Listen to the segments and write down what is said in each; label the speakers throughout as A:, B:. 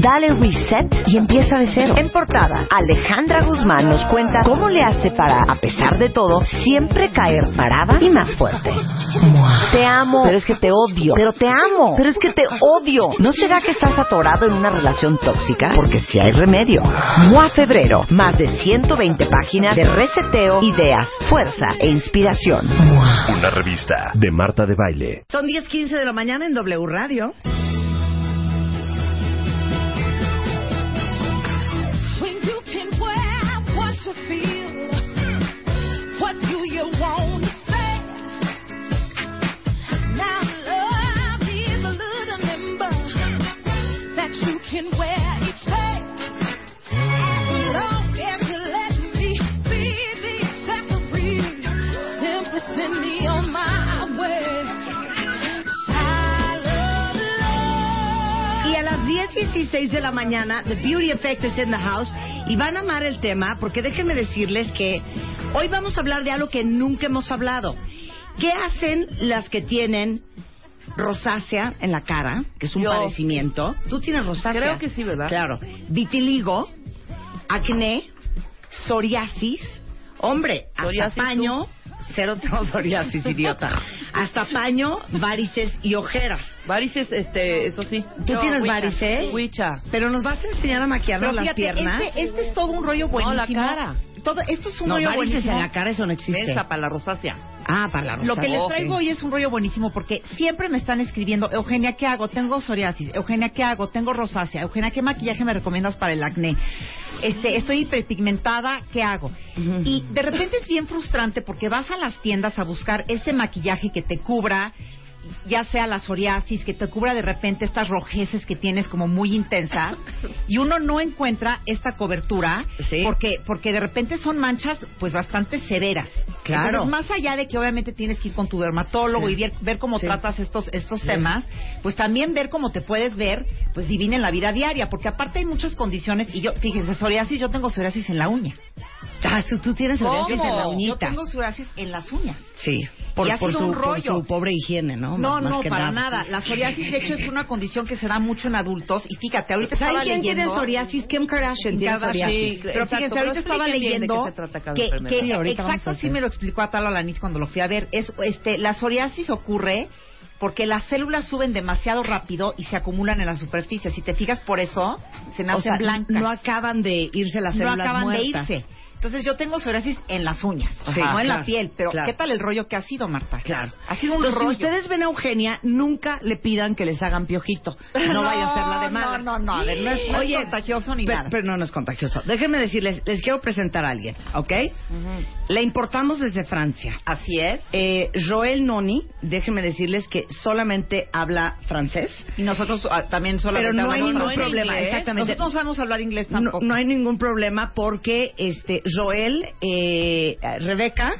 A: Dale reset y empieza de cero. En portada, Alejandra Guzmán nos cuenta cómo le hace para, a pesar de todo, siempre caer parada y más fuerte. Te amo, pero es que te odio. Pero te amo, pero es que te odio. ¿No será que estás atorado en una relación tóxica? Porque si hay remedio. MOA Febrero, más de 120 páginas de reseteo, ideas, fuerza e inspiración.
B: Una revista de Marta de Baile.
A: Son 10.15 de la mañana en W Radio.
C: When you can wear what you feel, what do you want to say? Now love is a little number that you can wear each day. As long as you let me be the accessory, simply send me on my way. Child of love.
A: Y a las 10.16 de la mañana, The Beauty Effect is in the house. Y van a amar el tema, porque déjenme decirles que hoy vamos a hablar de algo que nunca hemos hablado. ¿Qué hacen las que tienen rosácea en la cara, que es un
D: Yo.
A: padecimiento? ¿Tú tienes rosácea?
D: Creo que sí, ¿verdad?
A: Claro. Vitiligo, acné, psoriasis. Hombre,
D: Psoriasis,
A: hasta paño, cero tengo psoriasis, idiota. Hasta paño, varices y ojeras.
D: Varices, este, eso sí.
A: ¿Tú tienes varices?
D: Huicha.
A: Pero nos vas a enseñar a maquillarnos
E: Pero
A: las
E: fíjate,
A: piernas.
E: Este, este es todo un rollo
D: No,
E: buenísimo.
D: la cara.
E: Todo, esto es un
A: No,
E: rollo
A: varices
E: buenísimo.
A: en la cara eso no existe.
D: Mensa para la rosácea.
A: Ah, para la
E: Lo que les
D: Ok.
E: traigo hoy es un rollo buenísimo porque siempre me están escribiendo, Eugenia, ¿qué hago? Tengo psoriasis. Eugenia, ¿qué hago? Tengo rosácea. Eugenia, ¿qué maquillaje me recomiendas para el acné? Este, estoy hiperpigmentada, ¿qué hago? Y de repente es bien frustrante porque vas a las tiendas a buscar ese maquillaje que te cubra ya sea la psoriasis, que te cubra de repente estas rojeces que tienes como muy intensas, y uno no encuentra esta cobertura,
A: Sí.
E: porque, porque de repente son manchas pues bastante severas.
A: Claro.
E: Entonces, más allá de que obviamente tienes que ir con tu dermatólogo
A: Sí.
E: y ver, ver cómo
A: Sí.
E: tratas estos, estos
A: Sí.
E: temas, pues también ver cómo te puedes ver pues divina en la vida diaria, porque aparte hay muchas condiciones, y yo, fíjense, psoriasis, yo tengo psoriasis en la uña.
A: Ah, tú- tú tienes psoriasis en la
E: Yo
A: uñita.
E: tengo psoriasis en las uñas.
A: Sí, por,
E: Y ha
A: por
E: sido
A: su,
E: un
A: por
E: rollo.
A: su pobre higiene, ¿no?
E: No,
A: Más- más
E: no,
A: que
E: para nada. La psoriasis, de hecho, es una condición que se da mucho en adultos. Y fíjate, ahorita
A: ¿Saben
E: estaba
A: quién Pues tiene
E: leyendo...
A: psoriasis? Kim Kardashian tiene
E: Kardashian.
A: psoriasis.
D: Sí,
E: Pero
D: exacto,
E: fíjense,
D: pero
E: ahorita estaba
D: expliquen bien de
E: leyendo
D: qué se trata cada
E: que,
D: enfermedad.
E: que-
A: Sí, ahorita vamos a
E: exacto
A: hacer.
E: sí me lo explicó Atalo Alanis cuando lo fui a ver. Es, este, la psoriasis ocurre porque las células suben demasiado rápido y se acumulan en la superficie. Si te fijas, por eso se
A: O
E: nacen
A: sea,
E: blancas.
A: no acaban de irse las
E: No
A: células
E: acaban
A: muertas.
E: de irse. Entonces yo tengo psoriasis en las uñas,
A: Ajá,
E: no en
A: claro,
E: la piel. Pero
A: claro.
E: ¿qué tal el rollo que ha sido, Marta?
A: Claro.
E: Ha sido un
A: Entonces,
E: rollo.
A: si ustedes ven a Eugenia, nunca le pidan que les hagan piojito. No,
E: No,
A: vaya a ser la de mala.
E: no, no, no, a ver, no es- no es contagioso ni
A: pe-
E: nada.
A: Pero no, no es contagioso. Déjenme decirles, les quiero presentar a alguien, ¿ok? La importamos desde Francia.
E: Así es.
A: Eh, Joel Noni, déjenme decirles que solamente habla francés.
E: Y nosotros ah, también solamente
A: Pero no hay
E: hablamos
A: ningún
E: francés.
A: problema, exactamente.
E: Nosotros no sabemos hablar inglés
A: No,
E: tampoco.
A: no hay ningún problema porque este Joel, eh, Rebeca,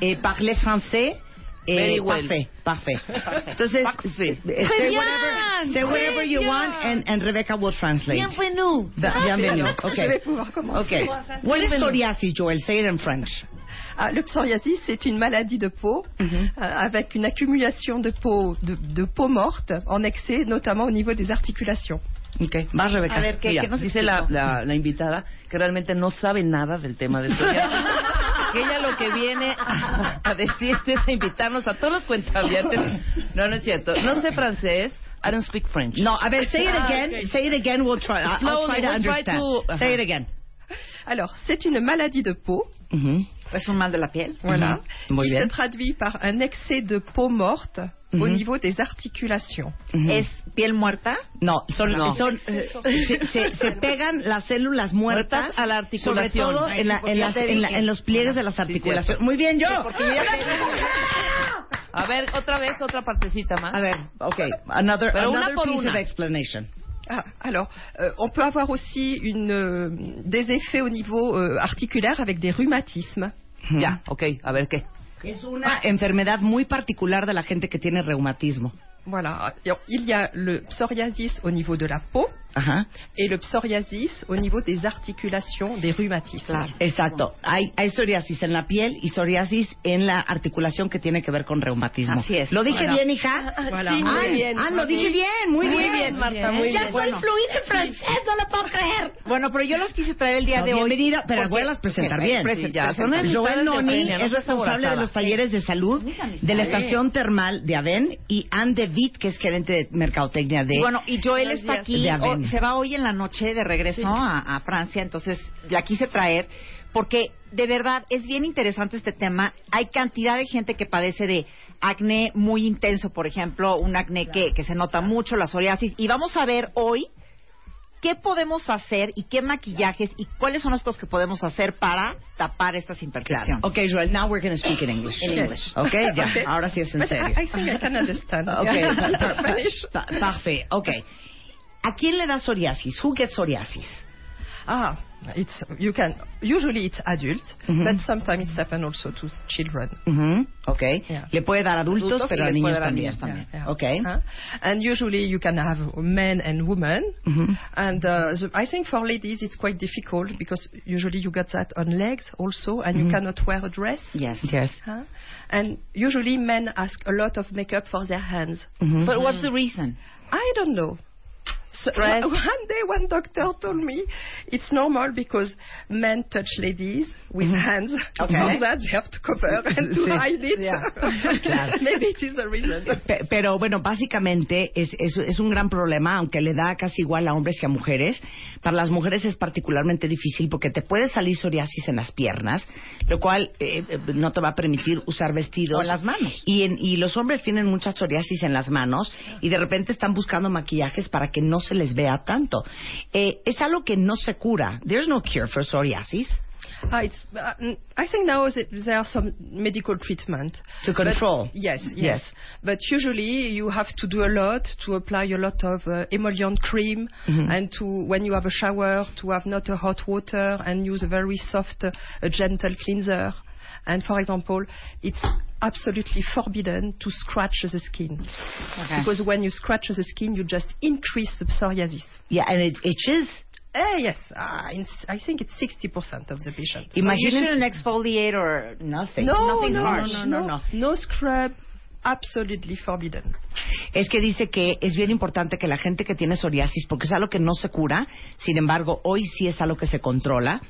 A: eh, parle français. Eh,
D: Very well.
A: parfait, parfait. Entonces,
D: Parfait.
A: eh, say whatever, say whatever you
C: Genial.
A: want and, and Rebecca will translate.
E: pues,
C: Bienvenue.
A: Ba- Bienvenue. Okay. Okay. What is psoriasis, Joel? Say it in French.
F: Ah, le psoriasis, c'est une maladie de peau
A: Mhm.
F: euh, avec une accumulation de peau, de, de peau morte en excès, notamment au niveau des articulations.
A: Okay. Vas, Rebeca.
E: A ver, ¿qué,
D: Mira,
E: qué nos
D: dice
E: explicó?
D: la, la, la invitada que realmente no sabe nada del tema del psoriasis. que ella lo que viene a, a decir es a invitarnos a todos los cuentavientes. No, no es cierto. No sé francés. I don't speak French.
A: No, a ver, say it
D: Ah,
A: again.
D: okay.
A: Say it again. We'll try. I'll, I'll
D: Slowly,
A: try to
D: we'll try
A: understand.
D: to-
A: Say it again.
F: Alors, c'est une maladie de peau
A: Mhm.
E: Es un mal de la piel.
F: voilà,
A: Mhm. Muy
F: qui
A: bien.
F: se traduit par un excès de peau morte au
A: Mhm.
F: niveau des articulations.
A: Mhm.
E: Es piel muerta.
A: No, son,
D: No.
A: son eh, se, se- se pegan las células muertas
D: Muertas a la articulación.
A: sobre todo en, la- en las- en la- en los pliegues de las articulaciones.
D: cierto.
A: Muy bien, yo.
D: A ver, otra vez, otra partecita más.
A: A ver, okay, another,
D: Pero una
A: another
D: por
A: piece
D: una.
A: of explanation.
F: Ah, alors, euh, on peut avoir aussi une, euh, des effets au niveau euh, articulaire avec des rhumatismes.
A: Mhm.
D: Ya, ok. A ver, ¿qué?
A: Es una Ah, enfermedad muy particular de la gente que tiene reumatismo.
F: Voilà, Alors, il y a le psoriasis au niveau de la peau,
G: Ajá.
F: et le psoriasis au niveau des articulations, des rhumatismes.
A: Exacto. Hay, hay psoriasis en la piel y psoriasis en la articulación que tiene que ver con reumatismo.
G: Así es.
A: ¿Lo dije
G: Bueno.
A: bien, hija?
F: Voilà.
A: ah, ah, lo dije bien. Muy,
D: Muy
A: bien.
D: bien, Marta, muy
A: ya
D: bien.
A: soy
D: Bueno.
A: fluida en francés, no lo puedo creer.
D: Bueno, pero yo los quise traer el día
A: No,
D: de hoy.
A: bienvenida, pero
D: porque-
A: voy a las presentar
D: Ok,
A: bien.
D: presenta,
G: Sí, ya, son
D: presenta.
G: mis
A: Joel
G: padres de
A: Noni
G: Eugenia, no
A: es
G: seas
A: responsable de
G: aborazada.
A: los talleres de salud de la estación termal de Aven y Anne De Witt, que es gerente de mercadotecnia de...
D: Y bueno, y Joel está aquí,
A: De
D: o-
A: Aven.
D: se va hoy en la noche de regreso a, a Francia, entonces la quise traer porque de verdad es bien interesante este tema. Hay cantidad de gente que padece de acné muy intenso, por ejemplo, un acné que, que se nota mucho, la psoriasis, y vamos a ver hoy qué podemos hacer y qué maquillajes y cuáles son las cosas que podemos hacer para tapar estas imperfecciones.
A: Okay, Joel, now we're going to speak in English.
D: In English.
A: Okay, ya, ahora sí es en
F: But
A: serio.
F: Ah, I, I think I can understand.
A: Okay,
F: Yeah.
A: pa- pa-
F: Spanish.
A: pa- parfait. Okay. ¿A quién le da psoriasis? Who gets psoriasis?
F: Ah, it's you can usually it's adults,
A: Mhm.
F: but sometimes it happens also to children.
A: Ujú, Okay.
F: Yeah.
A: Le puede dar a adultos,
F: Adultos y
A: pero a
F: les
A: niños
F: puede dar a
A: también.
F: niños también. Yeah, yeah.
A: Okay.
F: Huh? And usually you can have men and women.
A: Mhm.
F: And uh, the, I think for ladies it's quite difficult because usually you get that on legs also, and you cannot wear a dress.
D: Ah.
A: Yes. Yes.
F: Huh? And usually men ask a lot of makeup for their hands.
D: But what's the reason?
F: I don't know. So,
D: Stress.
F: One day, one doctor told me it's normal because men touch ladies with hands.
A: Mm-hmm. Okay.
F: For that, they have to cover and to
A: Sí.
F: hide it.
A: Yeah. Claro.
F: Maybe it is the reason.
A: Pe- Pero bueno, básicamente es, es, es un gran problema, aunque le da casi igual a hombres que a mujeres. Para las mujeres es particularmente difícil porque te puede salir psoriasis en las piernas, lo cual eh, eh, no te va a permitir usar vestidos.
D: O en las manos.
A: Y, en- y los hombres tienen mucha psoriasis en las manos y de repente están buscando maquillajes para que no se les vea tanto. Eh, es algo que no se cura. There's no cure for psoriasis.
F: Ah, it's, uh, mm, I think now that there are some medical treatment
A: To
F: But-
A: control.
F: yes, yes,
A: Yes.
F: But usually you have to do a lot to apply a lot of uh, emollient cream
A: Mm-hmm.
F: and to when you have a shower to have not a hot water and use a very soft, uh, a gentle cleanser. And for example, it's absolutely forbidden to scratch the skin
A: pues,
F: because when you scratch the skin, you just increase the psoriasis.
A: Yeah, and it itches.
F: Eh, yes, ah, it's- I think it's 60% of the patients.
A: Imagínense-
D: exfoliate or nothing.
F: No,
D: nothing
F: no,
D: harsh.
F: no, no, no, no. No scrub, absolutely forbidden.
A: es que dice que es bien importante que la gente que tiene psoriasis, porque es algo que no se cura, sin embargo, hoy sí es algo que se controla,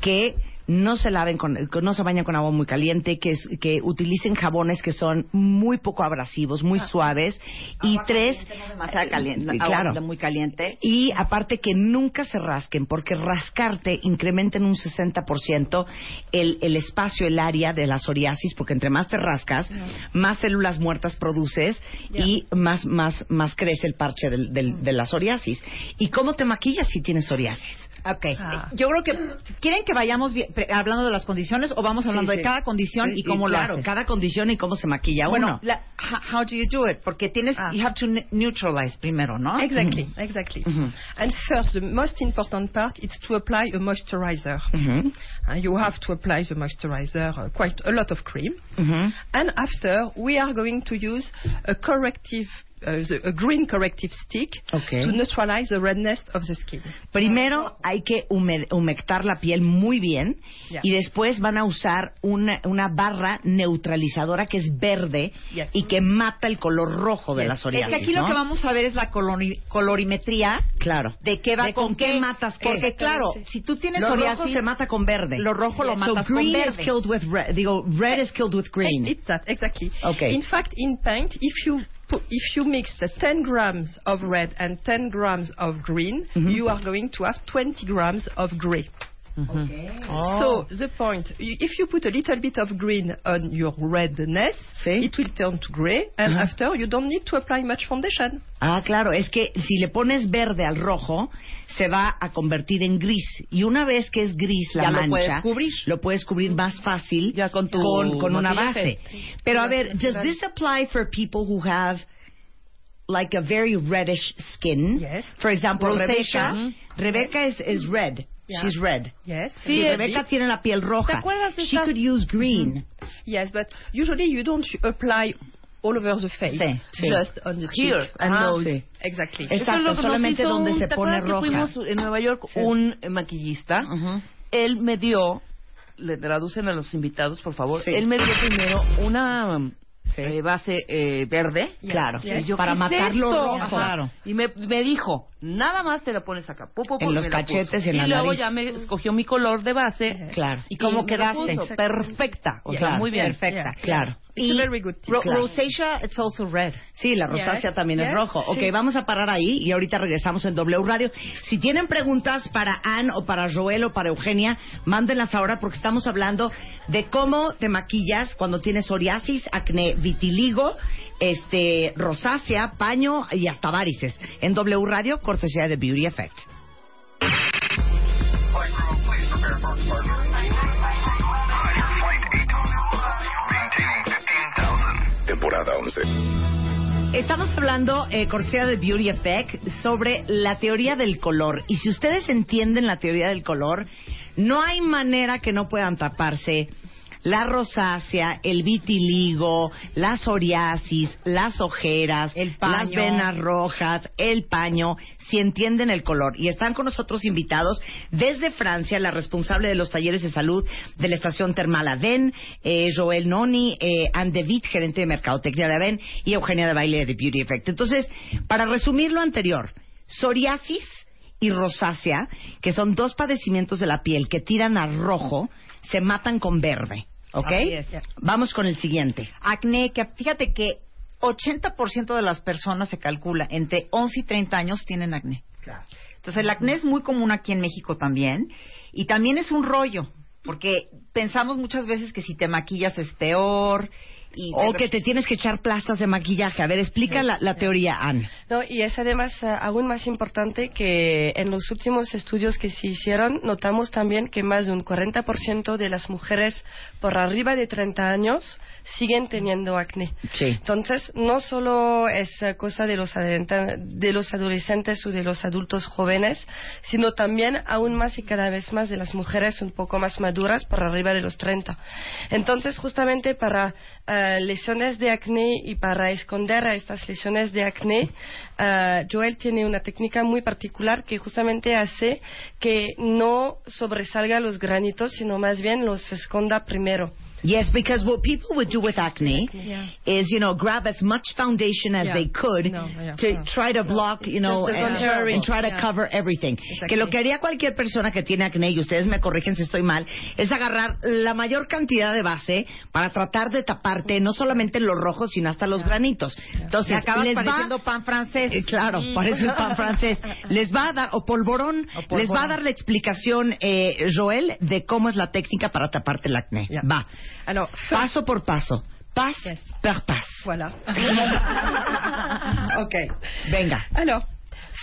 A: que no se laven con, que no se bañen con agua muy caliente, que, es- que utilicen jabones que son muy poco abrasivos, muy suaves, y
D: Ah, Agua
A: tres,
D: caliente, no demasiado caliente,
A: Sí,
D: agua
A: claro.
D: de muy caliente.
A: Y aparte que nunca se rasquen, porque rascarte incrementa en un 60% el, el espacio, el área de la psoriasis, porque entre más te rascas, más células muertas produces y más, más, más crece el parche del- del- de la psoriasis. ¿Y cómo te maquillas si tienes psoriasis?
D: Ok.
F: Ah.
D: Yo creo que quieren que vayamos vi- pre-
A: ah,
D: hablando de las condiciones o vamos hablando
A: Sí,
D: de
A: sí.
D: cada condición y cómo lo
A: claro,
D: haces?
A: cada condición y cómo se maquilla
D: bueno,
A: uno.
D: la- ho- how do you do it? Porque tienes
F: Ah.
D: you have to ne- neutralize primero, ¿no?
A: Mm-hmm.
F: Exactly, exactly.
A: Mhm.
F: And first, the most important part is to apply a moisturizer.
A: Ujú,
F: Uh, you have to apply the moisturizer, uh, quite a lot of cream.
A: ujú.
F: And after, we are going to use a corrective, uh, the, a green corrective stick
A: Okay.
F: to neutralize the redness of the skin.
A: Primero hay que hume- humectar la piel muy bien
F: Ya.
A: y después van a usar una, una barra neutralizadora que es verde
F: Yes.
A: y que mata el color rojo de la
D: Es
A: psoriasis.
D: que aquí lo
A: ¿no?
D: que vamos a ver es la colori- colorimetría
A: Claro.
D: de qué va
A: De
D: con,
A: con qué matas qué.
D: Porque claro,
A: Exactamente.
D: si tú tienes
A: lo rojo
D: psoriasis
A: se mata con verde.
D: lo rojo lo matas
A: so green
D: con
A: is
D: verde. Eh,
A: killed with red. Digo, red is killed with green.
F: It's that, exactly.
A: Okay.
F: In fact, in paint, if you pu- if you mix the 10 grams of red and 10 grams of green,
A: Mm-hmm.
F: you are going to have 20 grams of gray.
A: Mm-hmm.
F: So the point, y- if you put a little bit of green on your redness,
A: Sí.
F: it will turn to gray, and
A: Uh-huh.
F: after you don't need to apply much foundation.
A: Ah, claro, es que si le pones verde al rojo, se va a convertir en gris. Y una vez que es gris la
D: Ya lo
A: mancha,
D: puedes cubrir.
A: lo puedes cubrir más fácil
G: Ya con tu
A: con, con una base.
G: maquillaje.
A: Pero a ver, does this apply for people who have like a very reddish skin?
F: Yes.
A: For example,
D: Rosacea.
A: Rebecca.
D: Mhm.
A: Rebecca is, is red.
F: Yeah.
A: She's red.
F: Yes.
A: Sí, Rebecca tiene la piel roja.
G: ¿Te acuerdas de
A: She
G: esta-
A: could use green.
F: Yes, but usually you don't apply all over the face,
A: Sí, sí.
F: just on the cheek
G: Here,
F: and
G: ah,
F: nose.
A: sí.
F: Exactly.
A: Exacto,
G: Eso es lo que nos
A: solamente
G: hizo
A: donde
G: un-
A: se
G: ¿te
A: pone
G: acuerdas que
A: roja.
G: fuimos en Nueva York un eh, maquillista. Él me dio, le traducen a los invitados, por favor.
A: Sí.
G: Él me dio primero una eh, base eh, verde.
A: Claro,
G: Y yo,
A: para
G: ¿qué es
A: matar lo
G: esto?
A: rojo.
G: Ajá. Y me, me dijo, nada más te la pones acá. Pu, pu, pu,
A: En los
G: me la
A: cachetes,
G: puso.
A: en la
G: Y luego
A: nariz.
G: ya me escogió mi color de base.
A: Claro.
G: ¿Y cómo quedaste? Perfecta. O sea,
A: Claro,
G: muy bien.
A: Perfecta,
F: Yeah.
A: claro.
F: It's a very good tip.
A: Ro-
F: Claro.
A: Rosacea, it's also red. Sí, la rosácea
F: Yes,
A: también es
F: yes,
A: rojo. Ok,
F: sí.
A: vamos a parar ahí y ahorita regresamos en W Radio. Si tienen preguntas para Ann o para Joel o para Eugenia, mándenlas ahora porque estamos hablando de cómo te maquillas cuando tienes psoriasis, acné, vitiligo, este, rosácea, paño y hasta varices. En W Radio, cortesía de Beauty Effect.
H: Temporada 11.
A: Estamos hablando, eh, cortesía de Beauty Effect, sobre la teoría del color. Y si ustedes entienden la teoría del color, no hay manera que no puedan taparse la rosácea, el vitiligo, la psoriasis, las ojeras,
D: El paño.
A: las venas rojas, el paño, si entienden el color. Y están con nosotros invitados desde Francia, la responsable de los talleres de salud de la estación termal Aven, eh, Joel Noni, eh, Anne De Witt, gerente de mercadotecnia de Aven, y Eugenia de Baile de Beauty Effect. Entonces, para resumir lo anterior, psoriasis y rosácea, que son dos padecimientos de la piel que tiran a rojo, se matan con verde. ¿Ok?
D: Así es.
A: Vamos con el siguiente.
D: acné, que fíjate que 80% de las personas se calcula entre 11 y 30 años tienen acné. Entonces el acné es muy común aquí en México también y también es un rollo porque pensamos muchas veces que si te maquillas es peor y
A: O que te tienes que echar plastas de maquillaje. A ver, explica la, la teoría, Anne.
I: No, y es además eh, aún más importante que en los últimos estudios que se hicieron notamos también que más de un 40% de las mujeres por arriba de 30 años siguen teniendo acné.
A: Sí.
I: Entonces, no solo es eh, cosa de los, adolescentes- de los adolescentes o de los adultos jóvenes, sino también aún más y cada vez más de las mujeres un poco más maduras por arriba de los 30. Entonces, justamente para eh, lesiones de acné y para esconder a estas lesiones de acné, eh, Joel tiene una técnica muy particular que justamente hace que no sobresalga los granitos, sino más bien los esconda primero.
A: Yes, because what people would do with acne
I: Yeah.
A: is, you know, grab as much foundation as
F: Yeah.
A: they could
F: No, yeah,
A: to
F: no.
A: try to block, you know,
F: Just the
A: and,
F: contrary.
A: and try to
F: Yeah.
A: cover everything. Que lo que haría cualquier persona que tiene acné, y ustedes me corrigen si estoy mal, es agarrar la mayor cantidad de base para tratar de taparte no solamente los rojos, sino hasta los granitos. Entonces,
D: te acabas
A: les va-
D: pareciendo pan francés.
A: Eh, claro, parece un pan francés. Les va a dar, o polvorón,
D: polvorón.
A: les va a dar la explicación, eh, Joel, de cómo es la técnica para taparte el acné.
F: Yeah.
A: Va.
I: Ah,
F: Alors,
A: Paso por paso. Pas per pas.
F: voilà.
A: ok. Venga.
F: Alors,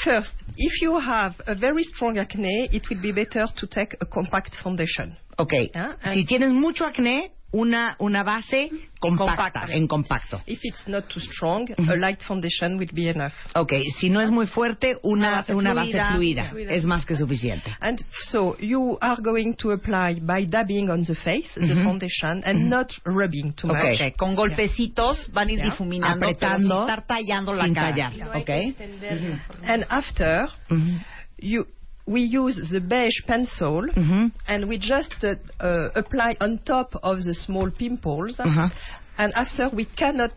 F: first, if you have a very strong acne, it would be better to take a compact foundation.
A: Ok.
F: Ah, ah.
A: Si tienes mucho acné, una, una base compacta,
F: Compacta.
A: en compacto.
F: If it's not too strong, a light foundation would be enough.
A: Ok. Si no es muy fuerte, una, una base, fluida.
F: Fluida.
A: Es más que suficiente.
F: And so you are going to apply by dabbing on the face the foundation and not rubbing too
A: Okay.
F: much.
D: Ok, Con golpecitos van a ir difuminando,
A: Apretando,
D: pero sin estar tallando la
A: sin
D: cara.
A: tallar. Ok.
F: Mm-hmm. And after,
A: Ujú.
F: you, we use the beige pencil
A: Ujú.
F: and we just uh, uh, apply on top of the small pimples.
A: Uh-huh.
F: And after, we cannot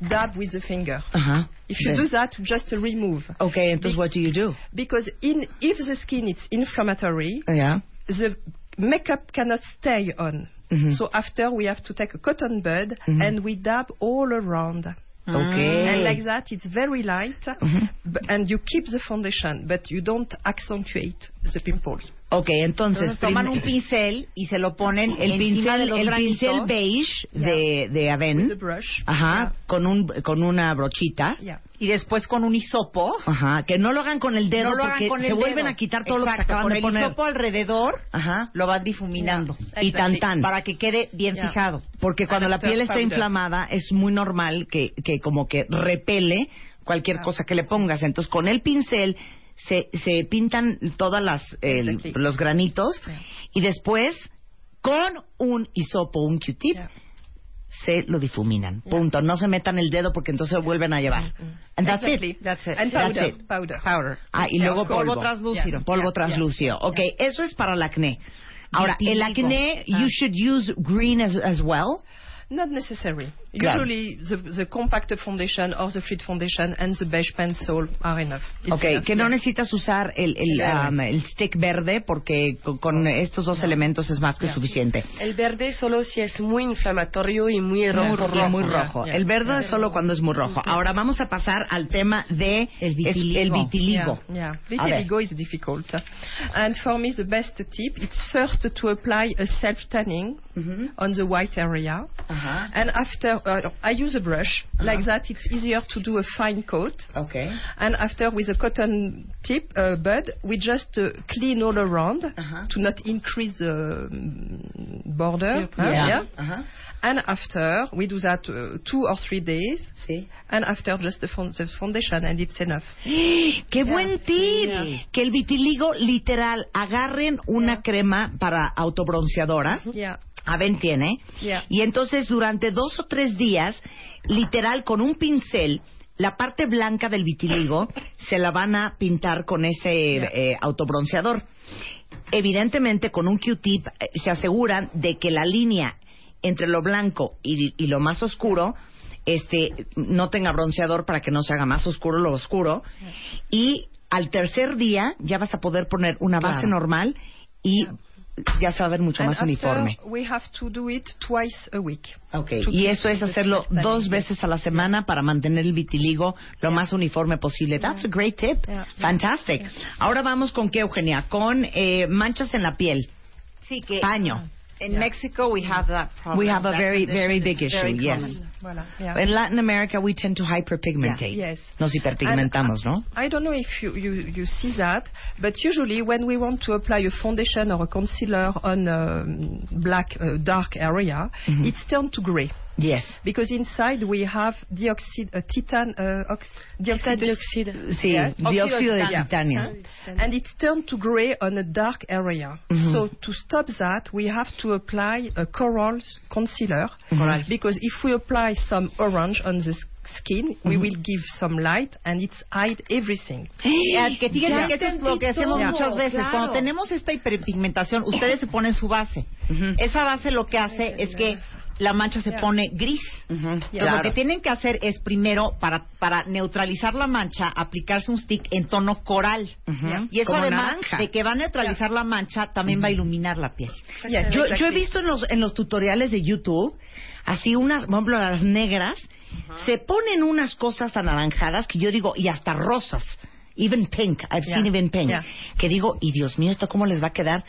F: dab with the finger.
A: Ajá.
F: If you do that, just remove.
A: Ok, entonces, what do you do?
F: Because in, if the skin is inflammatory,
A: Yeah.
F: the makeup cannot stay on.
A: Mhm.
F: So after we have to take a cotton bud and we dab all around.
A: Okay.
D: Mm.
F: Mm,
A: Mm-hmm.
F: And like that, it's very light, b- and you keep the foundation, but you don't accentuate the pimples.
A: Ok, entonces,
D: Entonces toman
A: prim-
D: un pincel y se lo ponen
A: el
D: encima
A: pincel,
D: de los
A: el
D: granitos.
A: pincel beige de, de
F: With a
A: Aven,
F: brush.
A: ajá, con un con una brochita,
F: Yeah.
D: y después con un hisopo
A: ajá, que no lo hagan con el dedo
D: no lo hagan
A: porque
D: con
A: se
D: el
A: vuelven
D: dedo.
A: a quitar todo lo que se
D: Exacto,
A: acaban
D: con
A: de
D: el
A: poner,
D: hisopo alrededor
A: ajá,
D: lo vas difuminando
A: y tan tan,
D: para que quede bien
F: Ya.
D: fijado.
A: porque cuando la piel está inflamada es muy normal que que como que repele cualquier cosa que le pongas, entonces con el pincel se, se pintan todas las el-
F: Exactly.
A: los granitos y después con un hisopo, un Q-tip
F: Yeah.
A: se lo difuminan. Punto. No se metan el dedo porque entonces lo vuelven a llevar. And that's it.
F: Exactly.
D: That's it.
F: And
A: That's
F: powder.
A: it.
F: Powder.
A: Ah, y
F: Yeah,
A: luego
F: of course.
A: polvo.
F: Polvo
D: translúcido.
A: Polvo
D: Yeah,
A: translúcido. Ok, eso es para el acné. Ahora, el
D: Vitiligo.
A: acné,
D: Ah.
A: you should use green as, as well.
F: Not necessary.
A: Claro.
F: Usually the, the compact foundation or the fluid foundation and the beige pencil are enough. It's
A: ok,
F: enough.
A: que no necesitas usar el, el,
F: Verde.
A: um, el stick verde porque con, con estos dos elementos es más que suficiente.
I: El verde solo si es muy inflamatorio y muy rojo.
A: Muy rojo, muy
I: Ya,
A: rojo.
I: ya.
A: El verde es solo cuando es muy rojo. Ahora vamos a pasar al tema de
D: El
A: es-
D: vitiligo.
A: el vitiligo.
F: Yeah, yeah.
A: A ver.
F: Vitiligo is difficult. And for me, the best tip is first to apply a self tanning on the white area. And after, uh, I use a brush. Like that, it's easier to do a fine coat.
A: Okay.
F: And after, with a cotton tip uh, bud, we just uh, clean all around to not increase the mm, border. huh?
A: Yeah.
F: Yeah. And after, we do that uh, two or three days. And after, just the, fon- the foundation, and it's enough.
A: ¡Qué buen tip! Que el vitiligo, literal, agarren una crema para autobronceadora.
F: Yeah.
A: Aven tiene.
F: Yeah.
A: Y entonces durante dos o tres días, literal, con un pincel, la parte blanca del vitiligo se la van a pintar con ese eh, autobronceador. Evidentemente, con un Q-tip eh, se aseguran de que la línea entre lo blanco y, y lo más oscuro este, no tenga bronceador para que no se haga más oscuro lo oscuro. Y al tercer día ya vas a poder poner una base normal y ya se va a ver mucho
F: And
A: más uniforme.
F: after, we have to do it twice a week.
A: Okay.
F: To
A: Y
F: keep
A: eso es
F: the
A: hacerlo
F: skin
A: dos
F: tanning.
A: veces a la semana para mantener el vitiligo lo más uniforme posible. That's a great tip.
F: Yeah.
A: Fantastic. Ahora vamos con qué, Eugenia? Con eh, manchas en la piel.
D: Sí,
F: Eh,
D: que
A: Paño.
D: in Mexico we have that
A: Ah,
D: problem.
A: We have a
D: That
A: very,
D: condition
A: very
D: is
A: big issue,
D: very
A: yes.
D: common.
F: Voilà. Yeah.
A: En Latin America we tend to hyperpigmentate.
F: Yeah. Yes.
A: Nos hiperpigmentamos,
F: And, uh,
A: ¿no?
F: I don't know if you, you, you see that, but usually when we want to apply a foundation or a concealer on a um, black, uh, dark area,
A: Mm-hmm.
F: it's turned to gray.
A: Yes.
F: Because inside we have dioxide, uh, titan, uh, ox, dioxide,
I: dioxide.
A: Sí,
F: Yes. Ah.
A: dióxido de
F: Yeah.
A: titanio.
F: and Mm-hmm. it's turned to gray on a dark area. So to stop that, we have to apply a corals concealer because if we apply some orange on the s- skin, we will give some light and it's hide everything.
D: Eh, que fíjense que eso es lo que hacemos
F: Ya.
D: muchas veces. Cuando tenemos esta hiperpigmentación, ustedes se ponen su base. Esa base lo que hace es que la mancha se pone gris. Entonces, Lo que tienen que hacer es primero, para, para neutralizar la mancha, aplicarse un stick en tono coral. Y eso
A: Como
D: además
A: naranja.
D: de que va a neutralizar la mancha, también va a iluminar la piel.
F: Yes,
A: Yo, yo he
F: exactly.
A: visto en los, en los tutoriales de YouTube, así unas, por ejemplo, las negras, se ponen unas cosas anaranjadas que yo digo, y hasta rosas. Even pink, I've seen even pink.
F: yeah.
A: Que digo, y Dios mío, ¿esto cómo les va a quedar?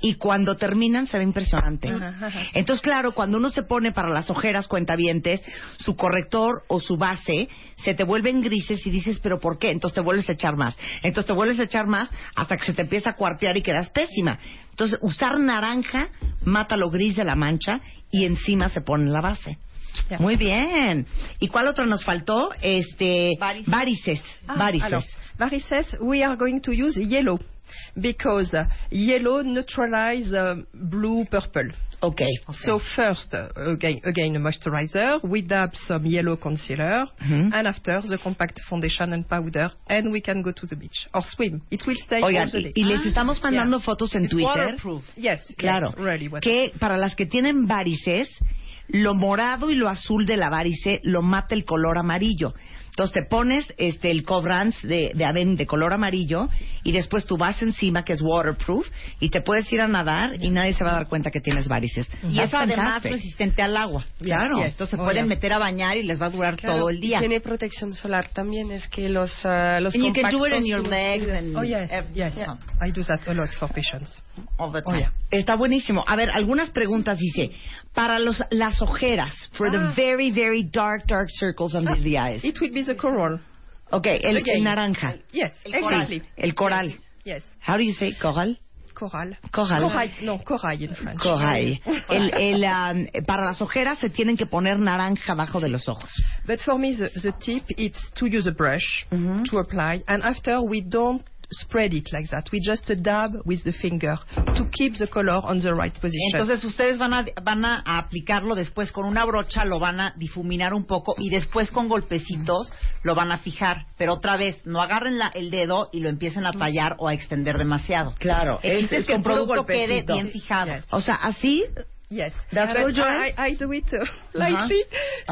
A: Y cuando terminan se ve impresionante. Entonces, claro, cuando uno se pone para las ojeras cuentavientes, su corrector o su base, se te vuelven grises y dices, ¿pero por qué? Entonces te vuelves a echar más. Entonces te vuelves a echar más hasta que se te empieza a cuartear y quedas pésima. Entonces, usar naranja mata lo gris de la mancha y encima se pone la base.
F: Ya.
A: Muy bien. ¿Y cuál otro nos faltó? Este, varices. Ah, Varices.
F: Ah, Alors, varices, we are going to use yellow because uh, yellow neutralize uh, blue purple.
A: Ok.
F: So first, uh, again, again a moisturizer. We dab some yellow concealer,
A: Mm-hmm.
F: and after the compact foundation and powder, and we can go to the beach or swim. It will stay
A: Oigan,
F: all the day.
A: y, y les estamos mandando fotos en Twitter.
F: Yes, yes,
A: Claro.
F: really what-
A: que para las que tienen varices, lo morado y lo azul de la varice lo mata el color amarillo. Entonces te pones este el cobrance de, de Aven de color amarillo y después tú vas encima que es waterproof y te puedes ir a nadar y nadie se va a dar cuenta que tienes varices.
D: Y
A: That's
D: eso además
A: fantastic.
D: resistente al agua.
A: Claro.
D: Entonces se
F: Oh,
D: pueden
F: yeah.
D: meter a bañar y les va a durar
I: Claro,
D: todo el día.
I: Tiene protección solar también, es que los, ah, los
D: And you can do it
I: compactos Eh,
D: in your
I: son-
D: legs and
F: Oh yes, yes.
D: Yeah.
F: I do that a lot for patients.
D: all the
F: Oh
D: time.
F: yeah.
A: Está buenísimo. A ver, algunas preguntas dice, para los las ojeras, for
D: Ah.
A: the very very dark dark circles under the eyes.
F: It will be the coral.
A: Okay, el, el
F: Okay.
A: naranja.
F: Yes,
A: Sí,
F: exactly.
A: el coral.
F: Yes,
A: How do you say coral?
F: coral.
A: Coral.
F: Coral. No, coral in French.
A: Coral. El, el, um, para las ojeras se tienen que poner naranja abajo de los ojos. Mm-hmm.
F: But for me, the, the tip is to use a brush to apply, and after we don't spread it like that. We just dab with the finger to keep the color on the right position.
D: Entonces ustedes van a, van a aplicarlo después con una brocha, lo van a difuminar un poco y después con golpecitos lo van a fijar. Pero otra vez, no agarren la- el dedo y lo empiecen a tallar o a extender demasiado.
A: Claro,
D: El chiste
A: es-
D: es,
A: es
D: que el
A: con puro
D: producto quede
A: golpecito.
D: bien fijado.
A: O sea, así.
F: Yes,
A: That's
F: But
A: what you-
F: I, I do it
A: Uh-huh.
F: uh, lightly.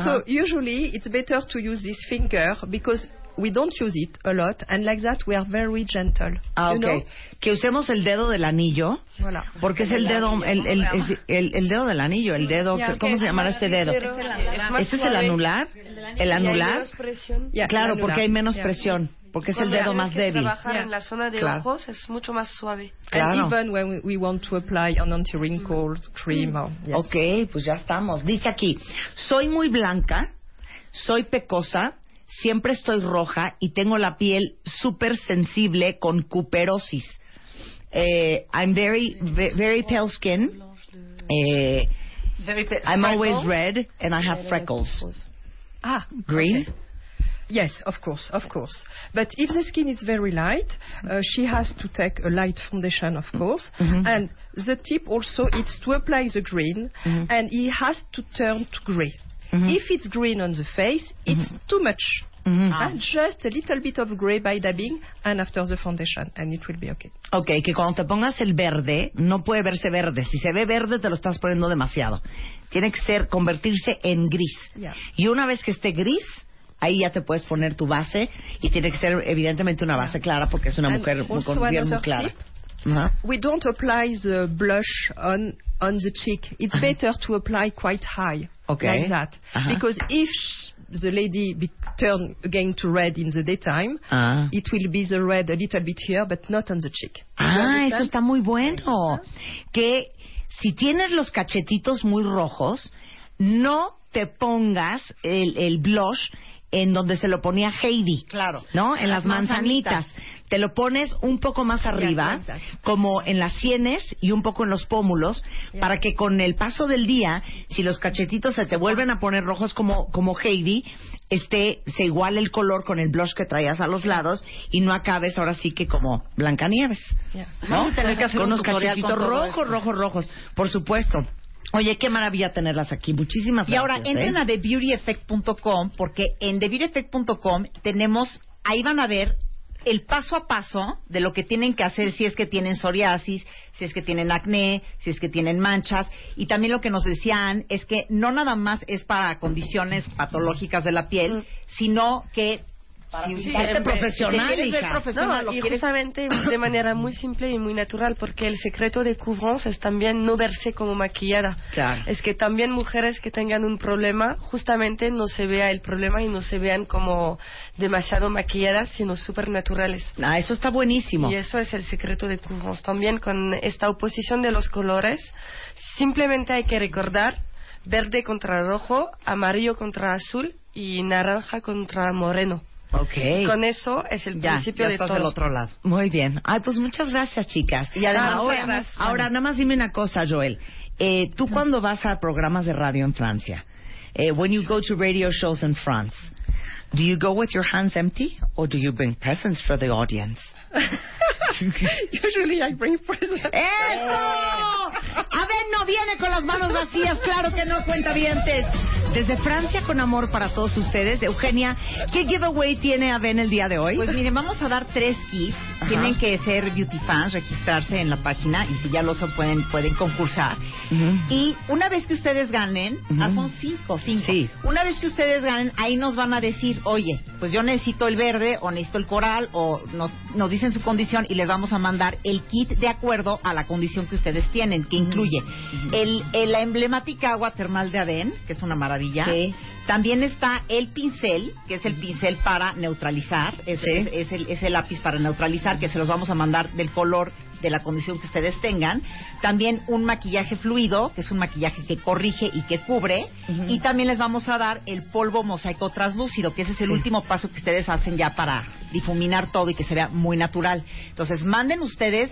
F: So usually it's better to use this finger because we don't use it a lot, and like that we are very gentle.
A: Ah,
F: you
A: ok.
F: know?
A: Que usemos el dedo del anillo.
F: Voilà.
A: Porque es el dedo, el, el, es- el- el dedo del anillo, el dedo,
F: Ya,
A: ¿cómo
F: ok.
A: se llamará este dedo?
F: Es el anular.
A: ¿Este es el anular? El
I: Y hay
A: anular.
I: menos presión.
F: Yeah,
A: Claro, porque hay menos
F: yeah.
A: presión, porque es el
I: Cuando
A: dedo
I: tienes
A: más
I: que
A: débil.
I: Trabajar en la zona de
A: Claro.
I: ojos es mucho más suave.
A: Claro.
F: And even when we- we want to apply an anti-wrinkle cream. Or, yes.
A: Ok, pues ya estamos. Dice aquí, soy muy blanca, soy pecosa, siempre estoy roja y tengo la piel súper sensible con cuperosis. Eh, I'm very, ve- very pale skin. Eh, I'm always red and I have freckles.
F: Ah,
A: Green.
F: Yes, of course, of course. But if the skin is very light, uh, she has to take a light foundation, of course. And the tip also is to apply the green, and it has to turn to gray. If it's green on the face, it's too much. And just a little bit of gray by dabbing, and after the foundation, and it will be okay.
A: Ok, que cuando te pongas el verde, no puede verse verde. Si se ve verde, te lo estás poniendo demasiado. Tiene que ser, convertirse en gris.
F: Ya.
A: Y una vez que esté gris, ahí ya te puedes poner tu base. Y tiene que ser, evidentemente, una base clara, porque es una
F: And
A: mujer muy,
F: also
A: con piel muy
F: another
A: clara.
F: tip.
A: Ajá.
F: We don't apply the blush on on the cheek. It's better to apply quite high,
A: Uh-huh. Okay.
F: like that,
A: Uh-huh.
F: because if sh- the lady be turn again to red in the daytime,
A: Ah.
F: it will be the red a little bit here, but not on the cheek.
A: Ah, eso está muy bueno. Que si tienes los cachetitos muy rojos, no te pongas el, el blush en donde se lo ponía Heidi.
D: Claro.
A: ¿No? En las
D: Las
A: manzanitas.
D: manzanitas.
A: Te lo pones un poco más arriba,
F: exacto.
A: como en las sienes y un poco en los pómulos, para que con el paso del día, si los cachetitos se te vuelven a poner rojos como, como Heidi, este, se iguale el color con el blush que traías a los lados y no acabes ahora sí que como Blancanieves.
D: Vamos a tener que hacer
A: con
D: un
A: unos
D: tutorial
A: cachetitos
D: con todo
A: rojos,
D: esto.
A: rojos, rojos. Por supuesto. Oye, qué maravilla tenerlas aquí. Muchísimas
D: Y
A: gracias.
D: ahora entren
A: ¿eh?
D: a TheBeautyEffect.com porque en TheBeautyEffect.com tenemos, ahí van a ver el paso a paso de lo que tienen que hacer si es que tienen psoriasis, si es que tienen acné, si es que tienen manchas. Y también lo que nos decían es que no nada más es para condiciones patológicas de la piel,
A: Mm.
D: sino que si
A: fijarte profesional,
D: si te quieres ver
A: hija.
D: profesional,
I: No,
D: lo
I: y
D: quieres-
I: justamente de manera muy simple y muy natural, porque el secreto de Couvrance es también no verse como maquillada.
A: Claro.
I: Es que también mujeres que tengan un problema, justamente no se vea el problema y no se vean como demasiado maquilladas, sino súper naturales.
A: Ah, eso está buenísimo.
I: Y eso es el secreto de Couvrance. También con esta oposición de los colores, simplemente hay que recordar verde contra rojo, amarillo contra azul y naranja contra moreno.
A: Ok.
I: Con eso es el
D: Ya,
I: principio
D: ya
I: de
D: estás
I: todo.
D: del otro lado.
A: Muy bien. Ay, pues muchas gracias, chicas.
D: Y además,
A: ahora,
D: además,
A: ahora, nada más dime una cosa, Joel. Eh, Tú cuando vas a programas de radio en Francia, eh, when you go to radio shows in France, do you go with your hands empty or do you bring presents for the audience?
F: Usually I bring presents.
A: ¡Eso! A ver, no viene con las manos vacías, claro que no, cuenta dientes. Desde Francia con amor para todos ustedes. Eugenia, ¿qué giveaway tiene Aven el día de hoy?
D: Pues miren, vamos a dar tres kits.
A: Ajá.
D: Tienen que ser beauty fans, registrarse en la página y si ya lo son pueden, pueden concursar.
A: Ujú.
D: Y una vez que ustedes ganen,
A: Ujú.
D: ah, son cinco, cinco.
A: Sí.
D: Una vez que ustedes ganen, ahí nos van a decir, oye, pues yo necesito el verde o necesito el coral o nos, nos dicen su condición y les vamos a mandar el kit de acuerdo a la condición que ustedes tienen, que incluye el, el- la emblemática agua termal de Aven, que es una maravilla.
A: Sí.
D: También está el pincel, que es el pincel para neutralizar, es,
A: Sí.
D: es- es el, es el lápiz para neutralizar, que se los vamos a mandar del color de la condición que ustedes tengan. También un maquillaje fluido, que es un maquillaje que corrige y que cubre. Y también les vamos a dar el polvo mosaico translúcido, que ese es el último paso que ustedes hacen ya para difuminar todo y que se vea muy natural. Entonces, manden ustedes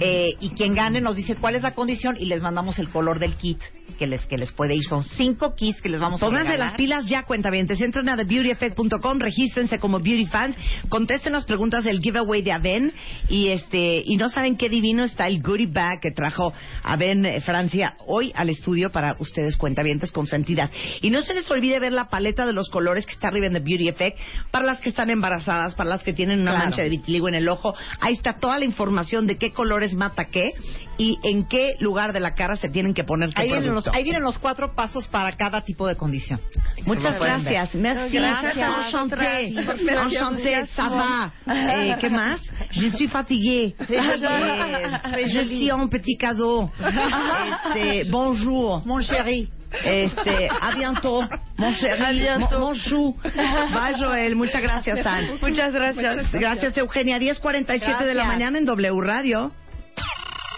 D: eh, y quien gane nos dice cuál es la condición y les mandamos el color del kit que les, que les puede ir. Son cinco kits que les vamos a
A: Pónganse
D: regalar.
A: las pilas ya, cuentavientes. Entren a TheBeautyEffect.com, regístrense como Beauty Fans, contesten las preguntas del giveaway de Aven y este y no saben qué divino está el goodie bag que trajo Aven eh, Francia hoy al estudio para ustedes, cuentavientes consentidas. Y no se les olvide ver la paleta de los colores que está arriba en The Beauty Effect para las que están embarazadas, para las que tienen una
D: Claro.
A: mancha de vitiligo en el ojo. Ahí está toda la información de qué colores mata qué y en qué lugar de la cara se tienen que poner qué
D: Ahí vienen, los,
A: producto.
D: ahí vienen los cuatro pasos para cada tipo de condición.
A: Muchas gracias. Merci.
D: Gracias.
A: Enchanté.
D: Gracias.
A: Enchanté. Ça va. Eh, ¿Qué más? Je suis fatiguée. Eh, je suis un petit cadeau. Este, bonjour.
D: Mon chéri.
A: Este, a bientôt. Mon chéri. Mon, mon chou. Bye, Joel. Muchas gracias, Anne.
I: Muchas gracias.
A: Gracias, Eugenia. 10.47 de la
D: Gracias.
A: mañana en W Radio.